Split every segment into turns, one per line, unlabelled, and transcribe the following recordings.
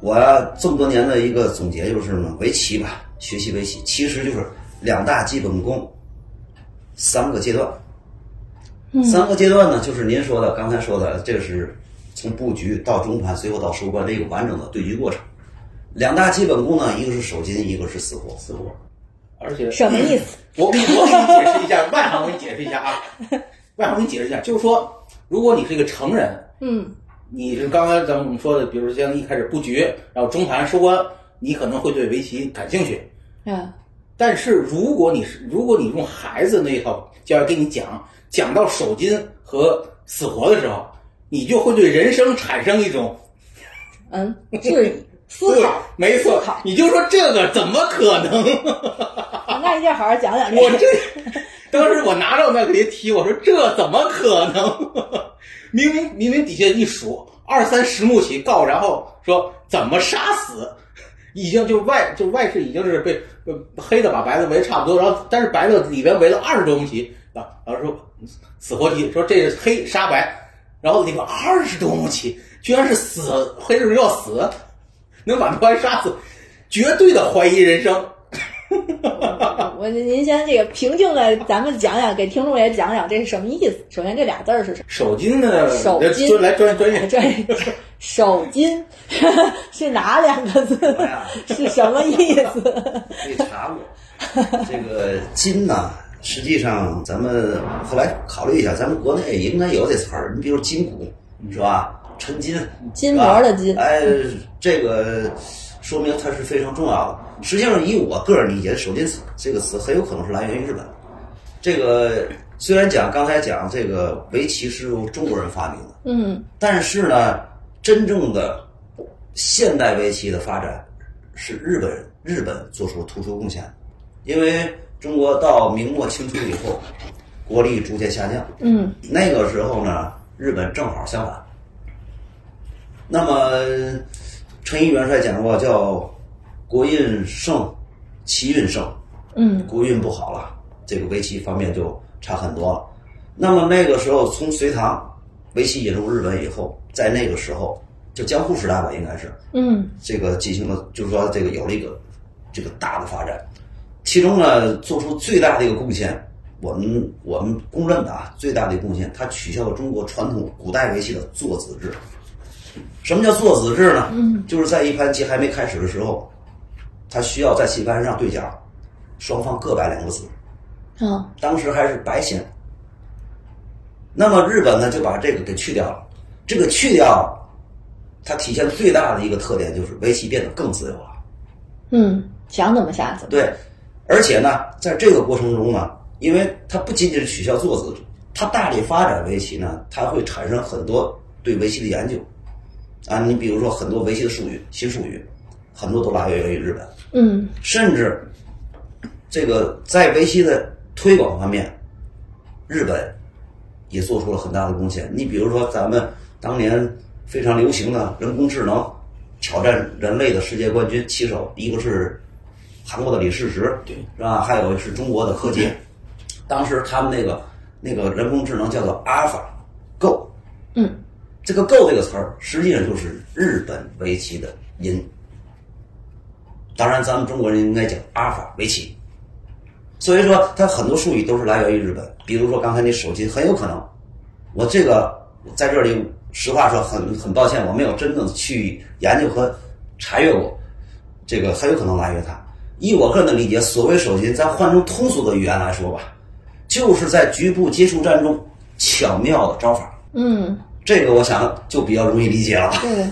我呀，这么多年的一个总结就是呢，围棋吧，学习围棋其实就是两大基本功，三个阶段。三个阶段呢，就是您说的，刚才说的，这是从布局到中盘，最后到收官这个完整的对局过程。两大基本功呢，一个是手筋，一个是死活。
死活，而且
什么意思？
我我给你解释一下，外行我给你解释一下啊，外行我给你解释一下，就是说，如果你是一个成人，
嗯，
你是刚才咱们我们说的，比如说像一开始布局，然后中盘收官，你可能会对围棋感兴趣。嗯
啊，
但是如果你是如果你用孩子那一套教育跟你讲，讲到手筋和死活的时候，你就会对人生产生一种
嗯，是思考。
对没错
思考，
你就说这个怎么可能？
那一定要好好讲讲
我这当时我拿到那个题，我说这怎么可能？明明明明底下一数二三十目棋告，然后说怎么杀死，已经就是外就是外是已经是被呃黑的把白的围差不多，然后但是白的里边围了二十多目棋啊，老师说死活题，说这是黑杀白，然后里边二十多目棋居然是死黑是要死，能把这玩意杀死，绝对的怀疑人生。
嗯我您先这个平静的，咱们讲讲，给听众也讲讲这是什么意思。首先这俩字儿是什
手筋呢？
手筋
就来专专业
么？这手筋 是哪两个字？
哎呀，
是什么意思？
可以查过。这个筋呢，实际上咱们后来考虑一下，咱们国内应该有这词儿。你比如筋骨，是吧？抻筋，
筋膜的
是
筋
吧，哎，这个说明它是非常重要的。实际上，以我个人理解，“手筋”这个词很有可能是来源于日本。这个虽然讲刚才讲这个围棋是由中国人发明的，
嗯，
但是呢，真正的现代围棋的发展是日本人日本做出突出贡献的，因为中国到明末清初以后，国力逐渐下降。
嗯，
那个时候呢，日本正好相反。那么，陈毅元帅讲过，叫国运盛，棋运盛。
嗯，
国运不好了，这个围棋方面就差很多了。那么那个时候，从隋唐围棋引入日本以后，在那个时候，就江户时代吧，应该是
嗯，
这个进行了，就是说这个有了一个这个大的发展。其中呢，做出最大的一个贡献，我们我们公认的啊，最大的一个贡献，它取消了中国传统古代围棋的坐子制。什么叫坐子制呢？嗯，就是在一盘棋还没开始的时候，它需要在棋盘上对角，双方各摆两个子。
啊，
当时还是白线。那么日本呢，就把这个给去掉了。这个去掉，它体现最大的一个特点就是围棋变得更自由了。
嗯，想怎么下怎么。
对，而且呢，在这个过程中呢，因为它不仅仅是取消坐姿，它大力发展围棋呢，它会产生很多对围棋的研究。啊，你比如说很多围棋的术语、新术语，很多都来源于日本。
嗯
甚至这个在围棋的推广方面，日本也做出了很大的贡献。你比如说，咱们当年非常流行的人工智能挑战人类的世界冠军棋手，一个是韩国的李世石，
对，
是吧？还有是中国的柯洁。当时他们那个那个人工智能叫做阿尔法 Go，
嗯
这个 “go” 这个词儿，实际上就是日本围棋的音。当然，咱们中国人应该讲阿尔法围棋。所以说，它很多术语都是来源于日本。比如说刚才那手机，很有可能，我这个在这里，实话说很很抱歉，我没有真正去研究和查阅过，这个很有可能来源于它。以我个人的理解，所谓手机，咱换成通俗的语言来说吧，就是在局部接触战中巧妙的招法。
嗯，
这个我想就比较容易理解了。
对，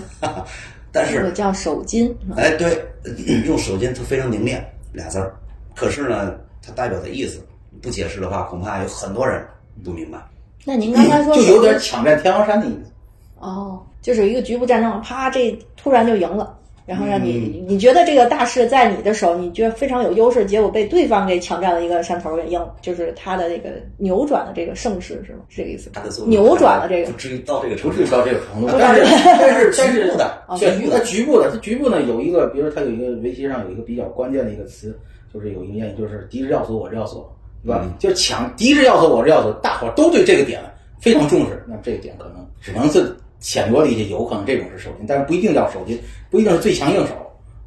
但
这个
是，
叫手嗯筋。
哎，对， 用手筋它非常凝练俩字儿，可是呢，它代表的意思不解释的话，恐怕有很多人不明白。
那您刚才说
嗯就有点
手
抢占天王山的意思。
筋哦，就是一个局部战争，啪，这突然就赢了，然后让你、你觉得这个大势在你的手，你觉得非常有优势，结果被对方给抢占了一个山头给赢，就是他的这个扭转了这个盛世，是吗？是这个意思
他
吧？
的作用
扭转了这个
不，至于到这个
不
程
至
度
于。到这个程度，
不
但是但是
但是局部的
啊
对
局部
它
的
局部的，它局部呢有一个，比如说它有一个围棋上有一个比较关键的一个词，就是有一个谚语，就是敌之要索，我之要索，对吧？就抢敌之要索，我之要索，大伙儿都对这个点非常重视，那这个点可能只能是浅薄理解，有可能这种是首金，但是不一定叫首金，不一定是最强硬手，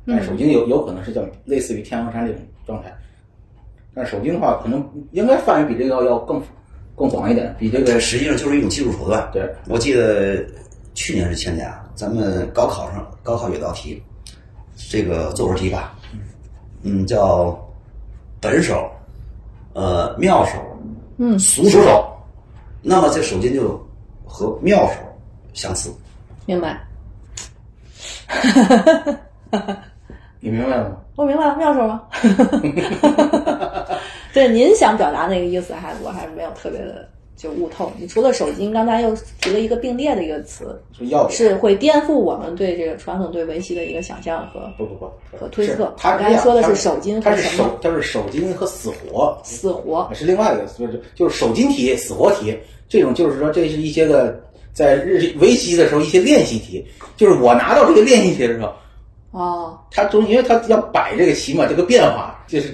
但首金有有可能是叫类似于天王山这种状态，但是首金的话，可能应该范围比这个要要更更广一点，比这个
这实际上就是一种技术手段。
对
我记得去年是前年啊，咱们高考上高考有道题，这个作文题吧，嗯，叫本手，呃，妙手，
嗯
俗手，那么这手筋就和妙手相似。
明白？
你明白了吗？
我明白了，妙手吗？ 对，您想表达那个意思还我还没有特别的就悟透。你除了手筋，刚才又提了一个并列的一个词，
是要点
是会颠覆我们对这个传统对围棋的一个想象和
不不不，
和推测
是他
我刚才说的是
是
手筋和
他是
什么
手，他是手筋和死活，
死活。
是另外一个，就是就是手筋题、死活题这种，就是说这是一些个在日围棋的时候一些练习题，就是我拿到这个练习题的时候，
哦，
他中因为他要摆这个棋嘛，这个变化就是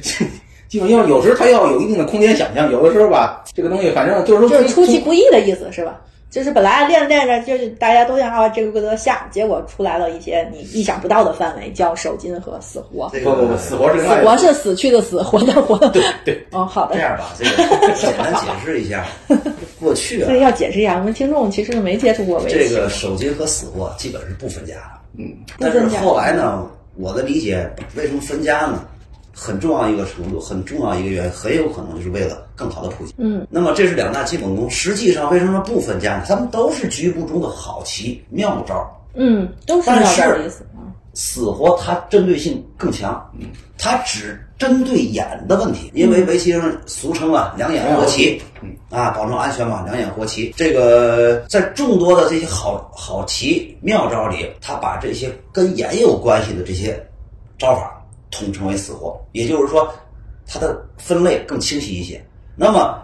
基本上有时候他要有一定的空间想象，有的时候吧，这个东西反正就是说
就是出其不意的意思是吧？就是本来练着练着，就是大家都想啊这个规则下，结果出来了一些你意想不到的范围，叫手筋和死活。
这
哦不
个
不不死活是另
死
外一
活
个，
是死去的死，活的活的。对
对。
哦，好的
这。样吧，这个简单解释一下，过去 啊
所，以要解释一下，我们听众其实是没接触过围
这
棋。
个手筋和死活基本是不分家的。
嗯，
但是后来呢，我的理解为什么分家呢？很重要一个程度，很重要一个原因，很有可能就是为了更好的普及。
嗯，
那么这是两大基本功。实际上为什么不分家呢？他们都是局部中的好棋妙招，
嗯，都是要这样的意思。
死活它针对性更强，它只针对眼的问题，因为围棋上俗称啊两眼活棋，啊保证安全嘛，两眼活棋。这个在众多的这些好好棋妙招里，他把这些跟眼有关系的这些招法统称为死活，也就是说，它的分类更清晰一些。那么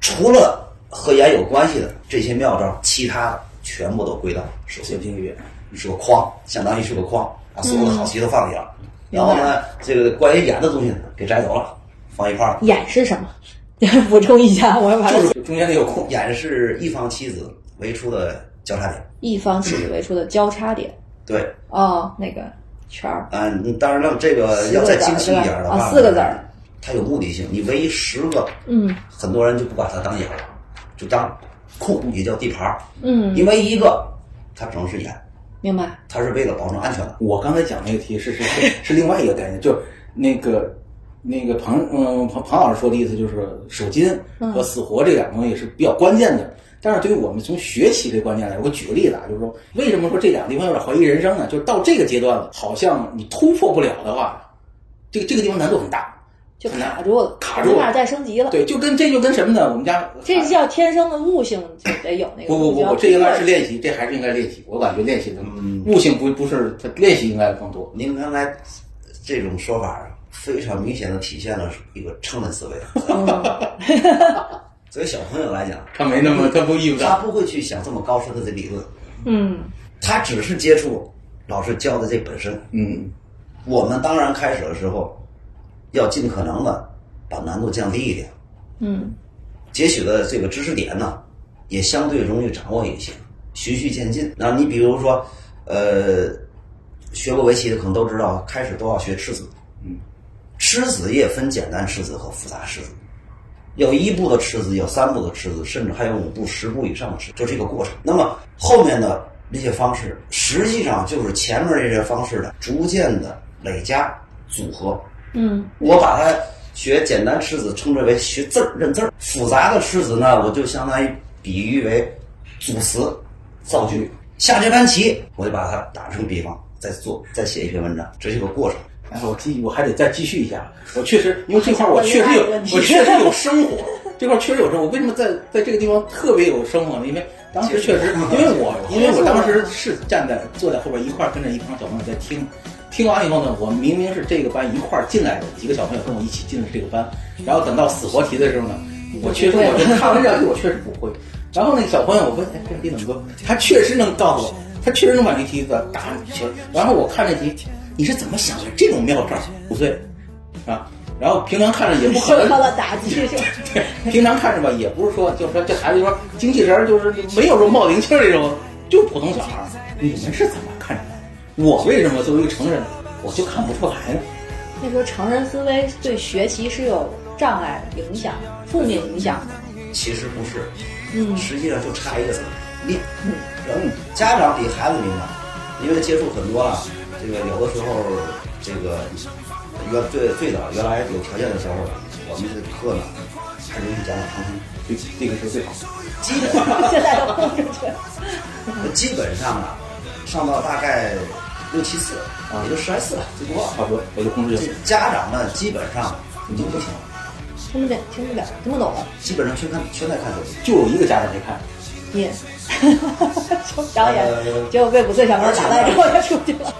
除了和眼有关系的这些妙招，其他的全部都归到手心
写评语，
是个框，相当于是个框，把所有的好棋都放里了。然后
嗯明
呢，这个关于眼的东西给摘走了，放一块儿。
眼是什么？ 补充一下，我把它
就是中间得有空，
眼是一方妻子为出的交叉点。
一方起围出的交叉点。
对，
哦，那个圈儿。
嗯、当然了，这个
四个
要再
字儿
精细一点的
对吧
话，
啊四个字儿，
它有目的性。你围十个，
嗯
很多人就不把它当眼了，就当空，也叫地盘儿。
嗯，
你围一个，它只能是眼，
明白。
它是为了保证安全的。
我刚才讲那个题是是是 是另外一个概念，就是那个那个庞嗯庞庞老师说的意思就是手筋和死活这两个东西是比较关键的。但是对于我们从学习这观念来说，我举个例子啊，就是说为什么说这两个地方有点怀疑人生呢？就是到这个阶段了，好像你突破不了的话，这个这个地方难度很大，
就卡住了，
卡住了
没法再升级了。
对，就跟这就跟什么呢？我们家啊
这叫天生的悟性，就得有那个。
不不不
你就要
不，这应该是练习，这还是应该练习。我感觉练习的悟性不不是他练习应该更多。
您刚才这种说法，非常明显的体现了一个成本思维。 作为小朋友来讲，
他没那么，他不意不
他
到。
不会去想这么高深的这理论，
嗯，
他只是接触老师教的这本身。
嗯，
我们当然开始的时候，要尽可能的把难度降低一点，
嗯
截取的这个知识点呢，也相对容易掌握一些，循序渐进。那你比如说，呃，学过围棋的可能都知道，开始都要学吃子。
嗯，
吃子也分简单吃子和复杂吃子，有一步的吃子，有三步的吃子，甚至还有五步、十步以上的吃，就这个过程。那么后面的那些方式，实际上就是前面这些方式的逐渐的累加组合。
嗯，
我把它学简单吃子称之为学字儿认字儿，复杂的吃子呢，我就相当于比喻为组词造句。下这盘棋，我就把它打成比方，再做再写一篇文章，这是个过程。
哎，我继我还得再继续一下，我确实因为这块儿我确实有
我觉得还有问题
我确实有生活，这块确实有生活。为什么在在这个地方特别有生活呢？因为当时确实，因为我因为我当时是站在坐在后边一块儿跟着一帮小朋友在听，听完以后呢，我明明是这个班一块儿进来的，几个小朋友跟我一起进的这个班，然后等到死活题的时候呢，我确实我就看完这道题我确实不会。然后那个小朋友我问，哎，这道题怎么做？他确实能告诉我，他确实能把这题的答案全。然后我看这题，你是怎么想的？这种妙招，五岁啊。然后平常看着也不可
受
能
到了打击是吧？
平常看着吧，也不是说，就是说这孩子就说精气神儿就是没有说冒灵气儿这种，就是普通小孩儿。你们是怎么看出来的？我为什么作为一个成人，我就看不出来呢？
那时候成人思维对学习是有障碍、影响、负面影响的。
其实不是，
嗯，
实际上就差一个字练。
嗯
然后家长比孩子明白，因为接触很多了，啊这个有的时候这个原最最早原来有条件的时候，我们是课呢是允许家长旁听，
这这个是最好的。
基本上
现在都控制去了。
基本上啊，上到大概六七次，也就十来次吧，最多了。
好说，我就控制
这家长呢，基本上已经不行了，
听不见，听不了，听不懂了。
基本上全看全在看手机。
就有一个家长没看，呃
你，然后也结果被五岁小孩打败之后，他出去了。